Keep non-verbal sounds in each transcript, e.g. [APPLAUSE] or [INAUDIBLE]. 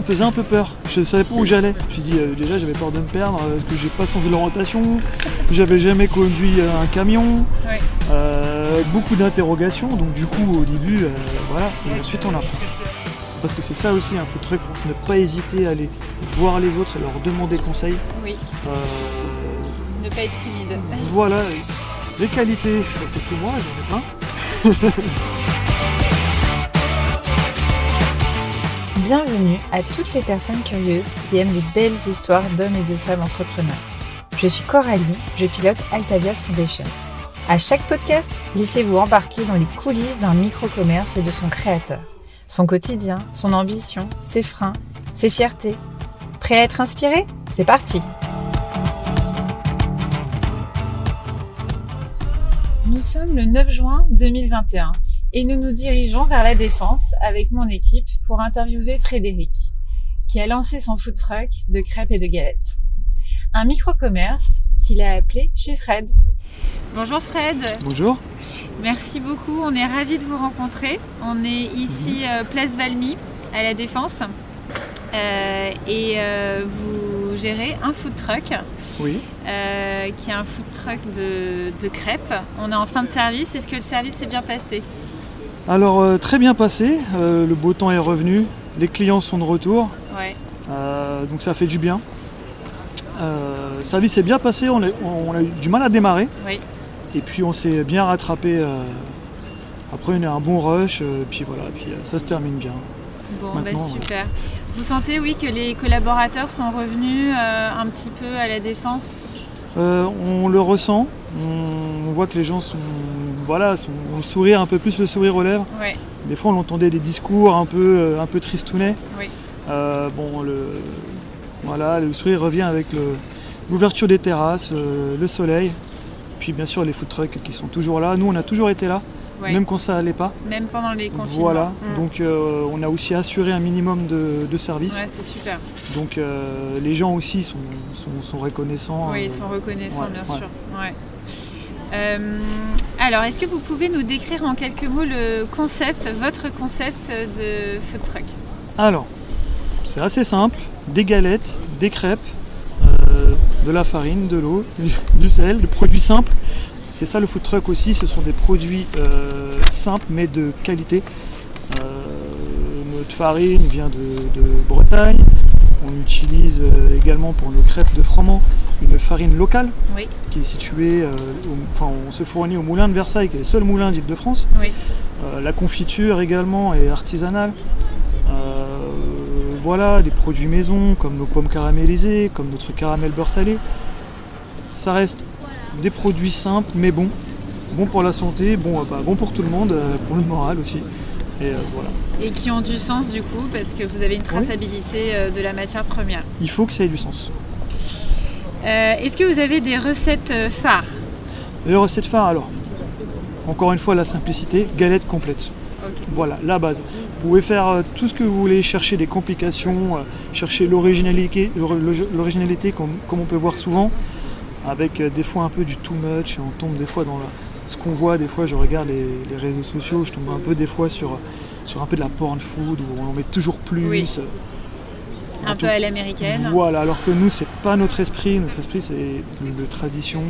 me faisait un peu peur. Je savais pas où j'allais. Je me suis dit, euh, déjà, j'avais peur de me perdre, euh, parce que j'ai pas de sens de l'orientation, [LAUGHS] j'avais jamais conduit euh, un camion, Ouais. Euh, beaucoup d'interrogations, donc du coup, au début, euh, voilà, et ensuite on apprend. Parce que c'est ça aussi, il faut très faut ne pas hésiter à aller voir les autres et leur demander conseil. Oui, Euh, ne pas être timide. voilà, les qualités, Bah, c'est tout moi, j'en ai plein. Bienvenue à toutes les personnes curieuses qui aiment les belles histoires d'hommes et de femmes entrepreneurs. Je suis Coralie, je pilote Altavia Foundation. À chaque podcast, laissez-vous embarquer dans les coulisses d'un micro-commerce et de son créateur. Son quotidien, son ambition, ses freins, ses fiertés. Prêt à être inspiré C'est parti Nous sommes le 9 juin 2021 et nous nous dirigeons vers la Défense avec mon équipe pour interviewer Frédéric, qui a lancé son food truck de crêpes et de galettes. Un micro-commerce qu'il a appelé chez Fred. Bonjour Fred, Bonjour. merci beaucoup. On est ravis de vous rencontrer. On est ici euh, Place Valmy à La Défense Euh, et euh, vous gérez un food truck Oui. euh, qui est un food truck de, de crêpes. On est en fin de service. Est-ce que le service s'est bien passé Alors, euh, très bien passé, euh, le beau temps est revenu, les clients sont de retour, Ouais. Euh, donc ça fait du bien. Euh, service s'est bien passé, on a, on a eu du mal à démarrer. Oui. Et puis on s'est bien rattrapé. euh, après, on a eu un bon rush, euh, puis voilà, puis euh, ça se termine bien. Bon, bah, Maintenant, ouais. super. Vous sentez, oui, que les collaborateurs sont revenus euh, un petit peu à la défense Euh, on le ressent, on, on voit que les gens sont, voilà, sont, ont le sourire un peu plus le sourire aux lèvres. Ouais. Des fois, on entendait des discours un peu, euh, un peu tristounets. Oui. Euh, bon, le, voilà, le sourire revient avec le- l'ouverture des terrasses, euh, le soleil, puis bien sûr les food trucks qui sont toujours là. Nous, on a toujours été là, Ouais. même quand ça allait pas. Même pendant les confinements. Voilà, Mm. donc euh, on a aussi assuré un minimum de, de services. Ouais, c'est super. Donc euh, les gens aussi sont, sont, sont reconnaissants. oui, euh, ils sont reconnaissants, ouais, bien ouais. sûr. Ouais. Euh, alors, est-ce que vous pouvez nous décrire en quelques mots le concept, votre concept de food truck Alors, c'est assez simple des galettes, des crêpes, euh, de la farine, de l'eau, du sel, des produits simples. C'est ça le food truck aussi, ce sont des produits euh, simples mais de qualité. Euh, notre farine vient de, de Bretagne, on utilise euh, également pour nos crêpes de froment une farine locale Oui. qui est située, euh, au- enfin on se fournit au moulin de Versailles qui est le seul moulin d'Île-de-France. Oui. Euh, la confiture également est artisanale. Euh, voilà, des produits maison comme nos pommes caramélisées, comme notre caramel beurre salé. Ça reste des produits simples mais bons. Bon pour la santé, bon, euh, bah, bon pour tout le monde, euh, pour le moral aussi. Et euh, voilà. Et qui ont du sens du coup, parce que vous avez une traçabilité euh, de la matière première. Il faut que ça ait du sens. Euh, est-ce que vous avez des recettes euh, phares Les recettes phares alors. Encore une fois la simplicité, galette complète. Ok. Voilà, la base. Vous pouvez faire euh, tout ce que vous voulez, chercher des complications, euh, chercher l'originalité, l'or- l'originalité comme, comme on peut voir souvent, avec euh, des fois un peu du too much, on tombe des fois dans la- ce qu'on voit, des fois je regarde les, les réseaux sociaux, je tombe un peu des fois sur, sur un peu de la porn food, où on en met toujours plus. Oui. euh, Un peu à l'américaine. voilà, alors que nous, c'est pas notre esprit. Notre esprit, c'est de, de tradition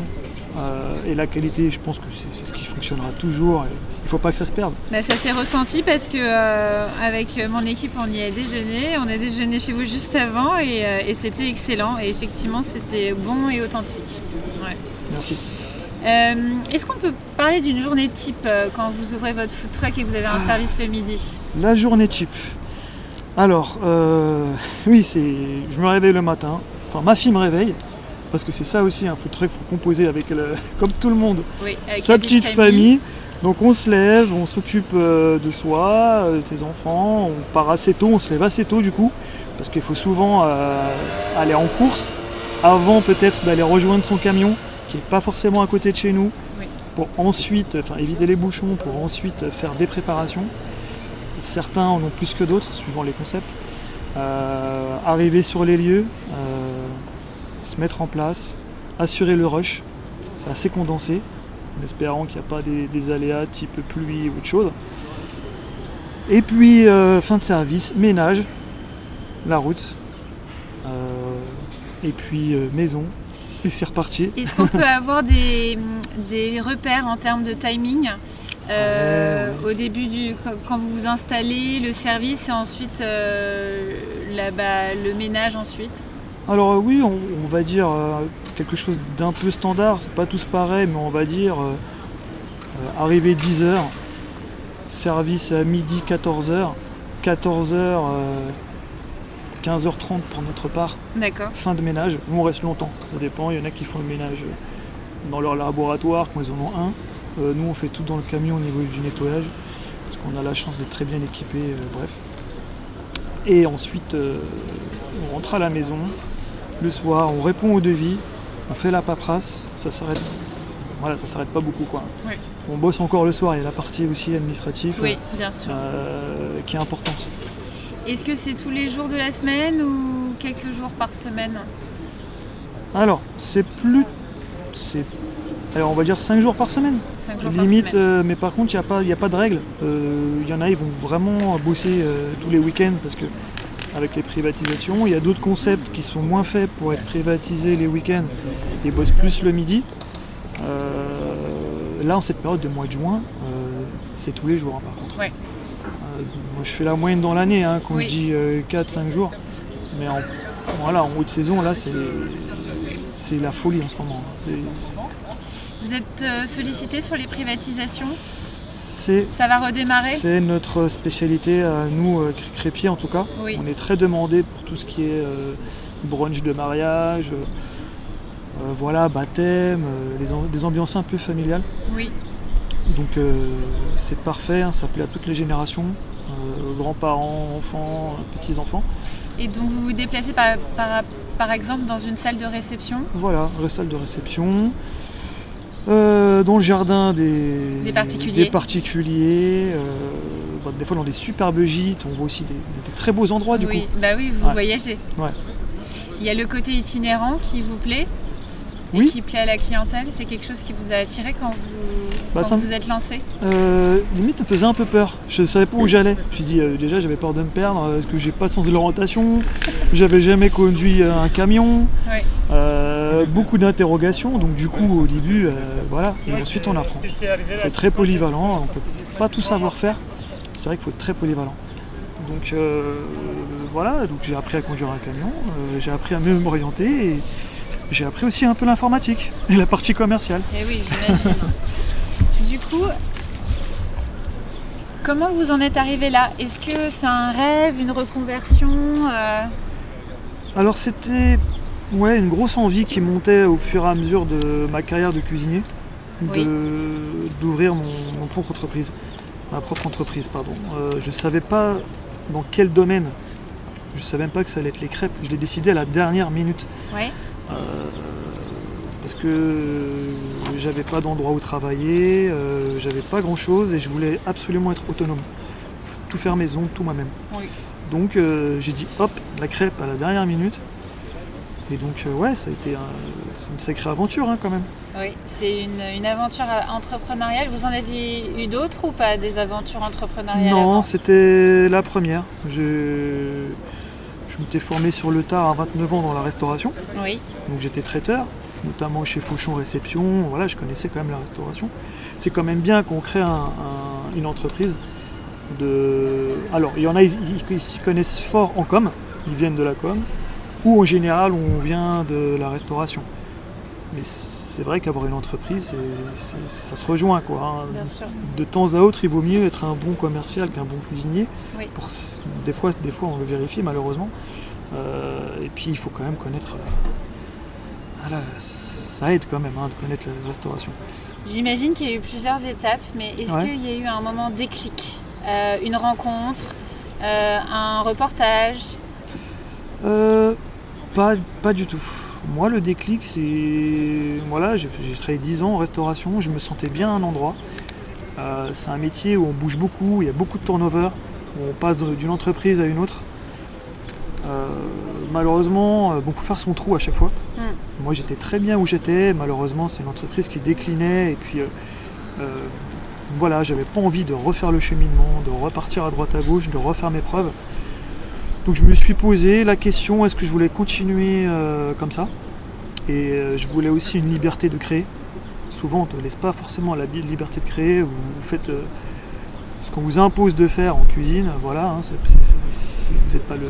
euh, et la qualité. Je pense que c'est c'est ce qui fonctionnera toujours. et il faut pas que ça se perde. Bah, ça s'est ressenti parce que euh, avec mon équipe on y a déjeuné, on a déjeuné chez vous juste avant et, euh, et c'était excellent et effectivement c'était bon et authentique. Merci. Euh, Est-ce qu'on peut parler d'une journée type euh, quand vous ouvrez votre food truck et que vous Ah. avez un service le midi La journée type. Alors, euh, [LAUGHS] oui, c'est. Je me réveille le matin. Enfin, ma fille me réveille. Parce que c'est ça aussi, un food truck, faut composer avec le, [LAUGHS] comme tout le monde. Oui, avec sa la petite famille. Donc on se lève, on s'occupe euh, de soi, euh, de tes enfants, on part assez tôt, on se lève assez tôt du coup, parce qu'il faut souvent euh, aller en course avant peut-être d'aller rejoindre son camion, qui n'est pas forcément à côté de chez nous, Oui. pour ensuite, enfin éviter les bouchons, pour ensuite euh, faire des préparations. Certains en ont plus que d'autres, suivant les concepts. Euh, arriver sur les lieux, euh, se mettre en place, assurer le rush, c'est assez condensé en espérant qu'il n'y a pas des, des aléas type pluie ou autre chose. Et puis, euh, fin de service, ménage, la route, euh, et puis euh, maison, et c'est reparti. Est-ce [LAUGHS] qu'on peut avoir des, des repères en termes de timing euh, Ah Ouais, Au début, du, quand- quand vous vous installez, le service et ensuite euh, la- bah, le ménage ensuite Alors euh, oui, on, on va dire euh, quelque chose d'un peu standard, c'est pas tous pareil, mais on va dire euh, euh, arrivée 10h, service à midi 14h, 14h, euh, 15h30 pour notre part, D'accord. fin de ménage, nous on reste longtemps, ça dépend, il y en a qui font le ménage euh, dans leur laboratoire quand ils en ont un, Euh, nous on fait tout dans le camion au niveau du nettoyage, parce qu'on a la chance d'être très bien équipé, euh, bref. Et ensuite euh, on rentre à la maison, le soir on répond au devis, on fait la paperasse, ça s'arrête. Voilà, ça s'arrête pas beaucoup quoi. Ouais. On bosse encore le soir, il y a la partie aussi administrative Oui, bien sûr. euh, qui est importante. Est-ce que c'est tous les jours de la semaine ou quelques jours par semaine Alors, c'est plus. C'est. Alors, on va dire 5 jours par semaine. Cinq jours par Limite, semaine. euh, mais par contre, il n'y a, pas- y a pas de règle. Il y en a, ils vont vraiment bosser euh, tous les week-ends parce que, avec les privatisations, il y a d'autres concepts qui sont moins faits pour être privatisés les week-ends et bossent plus le midi. Euh, là, en cette période de mois de juin, euh, c'est tous les jours hein, par contre. Ouais. Euh, moi, je fais la moyenne dans l'année hein, quand Oui. je dis 4-5 jours. Mais en, voilà, en haute saison, là, c'est c'est la folie en ce moment. C'est- Vous êtes euh, sollicité sur les privatisations C'est Ça va redémarrer C'est notre spécialité à nous, euh, cré- crépiers en tout cas. Oui. On est très demandé pour tout ce qui est euh, brunch de mariage, euh, euh, voilà, baptême, euh, les am- des ambiances un peu familiales. Oui. Donc euh, c'est parfait, hein, ça plaît à toutes les générations, euh, aux grands-parents, enfants, euh, petits-enfants. Et donc vous vous déplacez par, par, par exemple dans une salle de réception Voilà, la salle de réception. euh, dans le jardin des, Des particuliers. des particuliers, euh, bah, des fois dans des superbes gîtes, on voit aussi des, des très beaux endroits Ah, du coup. Oui, bah oui, vous Ouais. voyagez. Ouais. Il y a le côté itinérant qui vous plaît et Oui. qui plaît à la clientèle. C'est quelque chose qui vous a attiré quand vous Bah, quand ça me- vous êtes lancé Euh, limite, ça me faisait un peu peur. Je savais pas où j'allais. Je me suis dit, euh, déjà, j'avais peur de me perdre. euh, Est-ce que j'ai pas de sens de l'orientation J'avais jamais conduit euh, un camion. Ouais. Euh, beaucoup d'interrogations. Donc, du coup, au début, euh, voilà. Et ensuite, on apprend. Il faut être très polyvalent. On peut pas tout savoir faire. C'est vrai qu'il faut être très polyvalent. Donc, euh, voilà. Donc, j'ai appris à conduire un camion. euh, j'ai appris à mieux m'orienter. Et j'ai appris aussi un peu l'informatique et la partie commerciale. Eh oui, j'imagine. [LAUGHS] du coup, comment vous en êtes arrivé là Est-ce que c'est un rêve, une reconversion euh, Alors c'était ouais, une grosse envie qui montait au fur et à mesure de ma carrière de cuisinier de- Oui. d'ouvrir mon, mon propre entreprise. Ma propre entreprise, pardon. Euh, je ne savais pas dans quel domaine. Je ne savais même pas que ça allait être les crêpes. Je l'ai décidé à la dernière minute. Ouais. Euh, parce que j'avais pas d'endroit où travailler, euh, j'avais pas grand chose et je voulais absolument être autonome. Tout faire maison, tout moi-même. Oui. Donc euh, j'ai dit hop, la crêpe à la dernière minute. Et donc euh, ouais, ça a été un- c'est une sacrée aventure hein, quand même. Oui, c'est une, une aventure euh, entrepreneuriale. Vous en aviez eu d'autres ou pas des aventures entrepreneuriales Non, avant c'était la première. Je, je m'étais formé sur le tard à 29 ans dans la restauration. Oui, Donc j'étais traiteur, notamment chez Fauchon Réception. Voilà, je connaissais quand même la restauration. C'est quand même bien qu'on crée un- un- une entreprise. De... Alors, il y en a, ils ils- ils s'y connaissent fort en com, ils viennent de la com, ou en général, on vient de la restauration. Mais c'est vrai qu'avoir une entreprise, c'est- c'est- ça se rejoint. quoi. hein. bien sûr. De temps à autre, il vaut mieux être un bon commercial qu'un bon cuisinier. Oui. Pour s- des, fois, des fois, on le vérifie malheureusement. Euh, et puis, il faut quand même connaître. la- voilà, ça aide quand même hein, de connaître la restauration. J'imagine qu'il y a eu plusieurs étapes, mais est-ce Ouais. qu'il y a eu un moment déclic Euh, Une rencontre euh, Un reportage Euh, pas, pas du tout. Moi, le déclic, c'est. Voilà, j'ai j'ai travaillé 10 ans en restauration, je me sentais bien à un endroit. Euh, c'est un métier où on bouge beaucoup, il y a beaucoup de turnover, où on passe de- d'une entreprise à une autre. Euh, malheureusement, euh, bon, faut faire son trou à chaque fois. Moi, j'étais très bien où j'étais. Malheureusement, c'est une entreprise qui déclinait. Et puis, euh, euh, voilà, j'avais pas envie de refaire le cheminement, de repartir à droite à gauche, de refaire mes preuves. Donc je me suis posé la question est-ce que je voulais continuer euh, comme ça Et euh, je voulais aussi une liberté de créer. Souvent, on ne te laisse pas forcément la bi- liberté de créer. Vous, vous faites euh, ce qu'on vous impose de faire en cuisine. Voilà, hein, c'est- c'est- c'est- c'est- vous n'êtes pas le,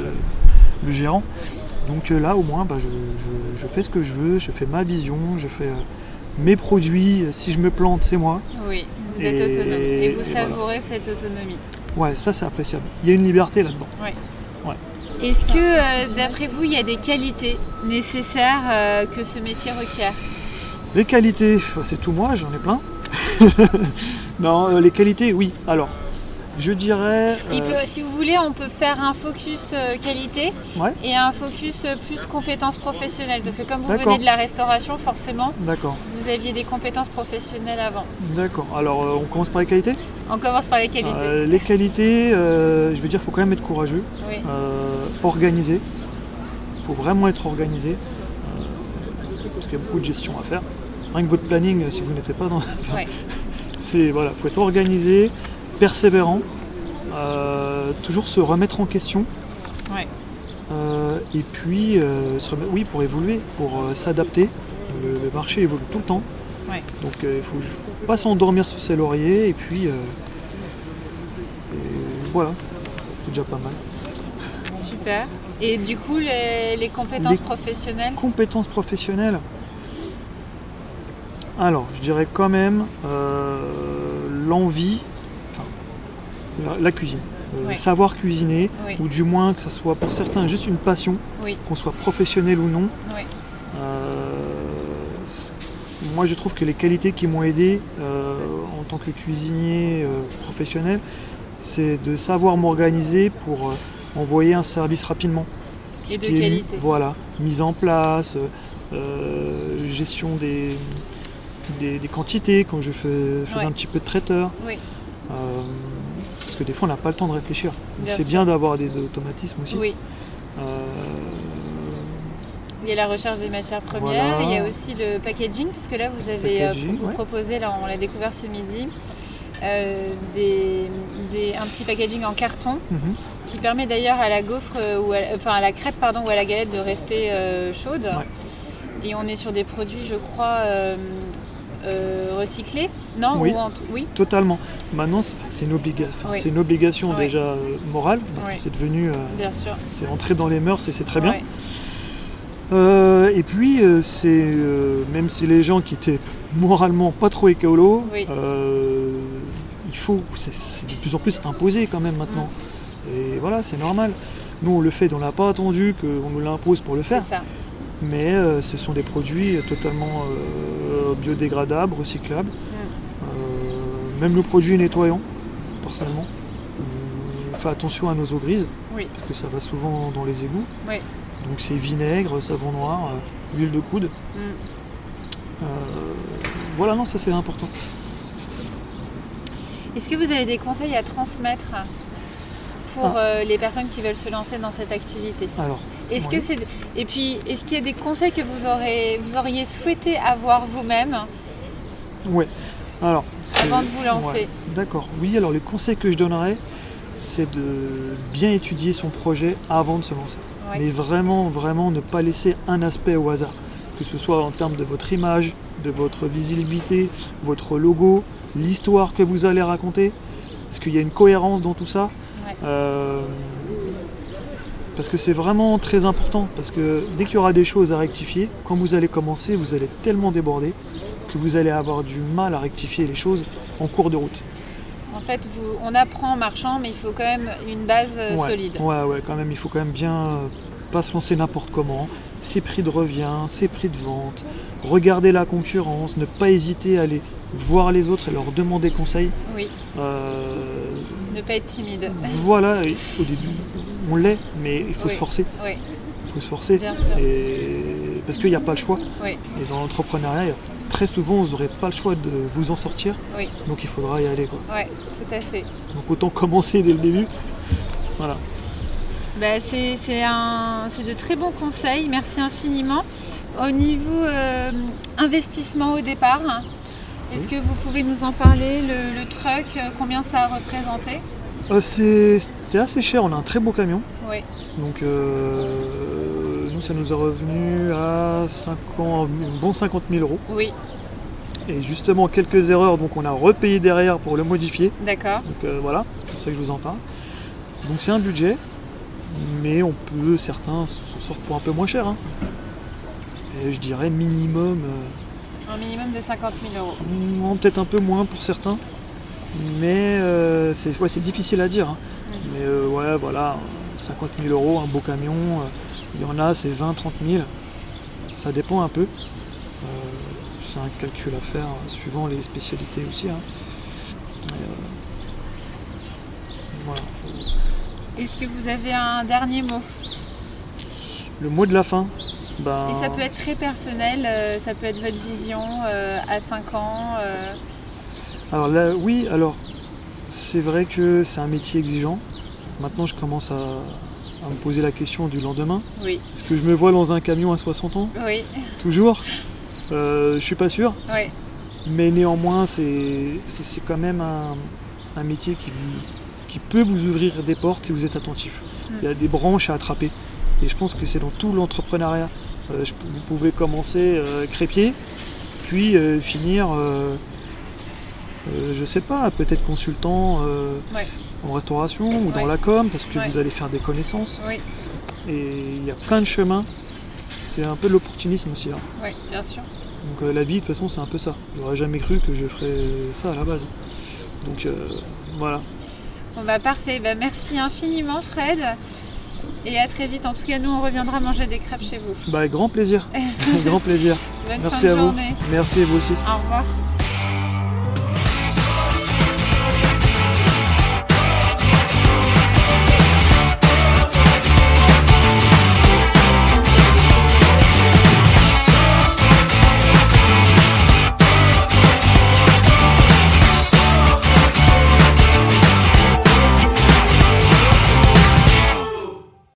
le gérant. Donc euh, là, au moins, bah, je, je- je fais ce que je veux, je fais ma vision, je fais euh, mes produits. Si je me plante, c'est moi. Oui, vous êtes Et- autonome et vous et savourez cette autonomie. Ouais, ça, c'est appréciable. Il y a une liberté là-dedans. Est-ce que, euh, d'après vous, il y a des qualités nécessaires euh, que ce métier requiert Les qualités, bah, c'est tout moi, j'en ai plein. [LAUGHS] non, euh, les qualités, oui. Alors, je dirais. Il euh, peut- Si vous voulez, on peut faire un focus euh, qualité Ouais. et un focus euh, plus compétences professionnelles. Parce que comme vous D'accord. venez de la restauration, forcément, D'accord, vous aviez des compétences professionnelles avant. d'accord. Alors, euh, on commence par les qualités. On commence par les qualités. Euh, les qualités, euh, je veux dire, faut quand même être courageux, Oui. euh, organisé. faut vraiment être organisé. euh, parce qu'il y a beaucoup de gestion à faire. Rien que votre planning, euh, si vous n'êtes pas dans. [LAUGHS] enfin, Ouais. C'est voilà, faut être organisé, persévérant, euh, toujours se remettre en question. Ouais. Euh, et puis, euh, se remet- oui, pour évoluer, pour euh, s'adapter. Le, le marché évolue tout le temps. Ouais. Donc, euh, il ne faut faut pas s'endormir sous ses lauriers. Et puis, euh, et voilà, c'est déjà pas mal. Super. Et du coup, les, les compétences Les- professionnelles Compétences professionnelles Alors, je dirais quand même euh, l'envie, enfin, la, la cuisine. Euh, Ouais. Savoir cuisiner, Oui. ou du moins que ça soit pour certains juste une passion, Oui. qu'on soit professionnel ou non. Oui. Euh, c- moi, je trouve que les qualités qui m'ont aidé euh, en tant que cuisinier euh, professionnel, c'est de savoir m'organiser pour euh, envoyer un service rapidement. Et Ce de qui est- qualité. Voilà, mise en place, euh, euh, gestion des, des, des quantités quand je fais, faisais Ouais. un petit peu de traiteur. Oui. Euh, parce que des fois, on n'a pas le temps de réfléchir. Donc, Bien C'est sûr. bien d'avoir des automatismes aussi. Oui. Euh, Il y a la recherche des matières premières, Voilà. il y a aussi le packaging, parce que là vous avez euh, Packaging, vous ouais. proposé, là on l'a découvert ce midi, euh, des, des- un petit packaging en carton mhm, qui permet d'ailleurs à la gaufre euh, ou à, enfin à la crêpe pardon ou à la galette de rester euh, chaude. Et on est sur des produits, je crois, euh, euh, recyclés, non Oui. Ou en tout- oui. totalement. Maintenant, c'est c'est une, obliga- enfin, Oui. c'est une obligation Oui. déjà euh, morale. Donc, Oui. C'est devenu. euh, Bien sûr. c'est entré dans les mœurs et c'est très bien. Ouais. Euh, et puis, euh, c'est euh, même si les gens qui étaient moralement pas trop écolo, Oui. euh, il faut, c'est- c'est de plus en plus imposé quand même maintenant. Mm. Et voilà, c'est normal. Nous, on le fait, on n'a pas attendu qu'on nous l'impose pour le C'est faire, ça. mais euh, ce sont des produits totalement euh, biodégradables, recyclables. Euh, même nos produits nettoyants, personnellement. On fait attention à nos eaux grises, Oui. parce que ça va souvent dans les égouts. Oui. Donc c'est vinaigre, savon noir, euh, huile de coude. Mm. Euh, voilà, non, ça c'est important. Est-ce que vous avez des conseils à transmettre Ah. pour euh, les personnes qui veulent se lancer dans cette activité Alors, Est-ce Oui. que c'est et puis est-ce qu'il y a des conseils que vous aurez vous auriez souhaité avoir vous-même ouais. Alors, c'est- avant de vous lancer ouais, D'accord. Oui, alors les conseils que je donnerais, c'est de bien étudier son projet avant de se lancer. Ouais. Mais vraiment, vraiment ne pas laisser un aspect au hasard. Que ce soit en termes de votre image, de votre visibilité, votre logo, l'histoire que vous allez raconter. Est-ce qu'il y a une cohérence dans tout ça Ouais. Euh, Parce que c'est vraiment très important. Parce que dès qu'il y aura des choses à rectifier, quand vous allez commencer, vous allez être tellement déborder que vous allez avoir du mal à rectifier les choses en cours de route. En fait, vous, on apprend en marchant, mais il faut quand même une base euh, Ouais, solide. Ouais, ouais, quand même, il faut quand même bien euh, pas se lancer n'importe comment. Ses prix de revient, ses prix de vente, regarder la concurrence, ne pas hésiter à aller voir les autres et leur demander conseil. Oui, Euh, ne pas être timide. Mm. voilà, et au début, on l'est, mais il faut Oui, se forcer. oui. Il faut se forcer. [LAUGHS] Bien sûr. Et... Parce qu'il n'y a pas le choix. Oui. Et dans l'entrepreneuriat, il y a- très souvent, vous n'aurez pas le choix de vous en sortir. Oui. Donc il faudra y aller. quoi. Ouais, tout à fait. Donc autant commencer dès le début. Bah, c'est c'est un- c'est de très bons conseils. Merci infiniment. Au niveau euh, investissement au départ, hein, est-ce que vous pouvez nous en parler le, le truck, euh, combien ça a représenté Euh, c'est- C'était assez cher, on a un très beau camion. Oui. Donc euh, nous, ça nous est revenu à 50 un bon 50 000 euros. Oui, Et justement, quelques erreurs, donc on a repayé derrière pour le modifier. d'accord. Donc euh, voilà, c'est pour ça que je vous en parle. Donc c'est un budget, mais on peut, certains s- s'en sortent pour un peu moins cher. hein. Et je dirais minimum, euh, Un minimum de 50 000 euros. non, peut-être un peu moins pour certains. Mais euh, c'est ouais, c'est difficile à dire. hein. Mm. Mais euh, ouais, voilà, 50 000 euros, un beau camion. euh, Il y en a, c'est 20, 30 000. Ça dépend un peu. Euh, c'est un calcul à faire euh, suivant les spécialités aussi. hein. Mais, euh, voilà, faut- Est-ce que vous avez un dernier mot Le mot de la fin, ben, Et ça peut être très personnel, euh, ça peut être votre vision euh, à 5 ans. euh, Alors là, oui, alors c'est vrai que c'est un métier exigeant. Maintenant, je commence à, à me poser la question du lendemain. oui, Est-ce que je me vois dans un camion à 60 ans oui, Toujours Euh, Je suis pas sûr, oui, mais néanmoins, c'est c'est- c'est quand même un, un métier qui, vous- qui peut vous ouvrir des portes si vous êtes attentif. Mm. Il y a des branches à attraper. Et je pense que c'est dans tout l'entrepreneuriat. Euh, je- vous pouvez commencer euh, crépier, puis euh, finir, euh, euh, je sais pas, peut-être consultant euh, Ouais. en restauration ou dans Ouais. la com, parce que Ouais. vous allez faire des connaissances. oui, Et il y a plein de chemins. C'est un peu de l'opportunisme aussi. hein. oui, bien sûr. Donc euh, la vie, de toute façon, c'est un peu ça. J'aurais jamais cru que je ferais ça à la base. Donc euh, voilà. Bon bah parfait, bah merci infiniment Fred. Et à très vite. En tout cas, nous on reviendra manger des crêpes chez vous. Bah, grand plaisir. grand plaisir. Bonne Merci fin de à vous. journée. Merci à vous aussi. Au revoir.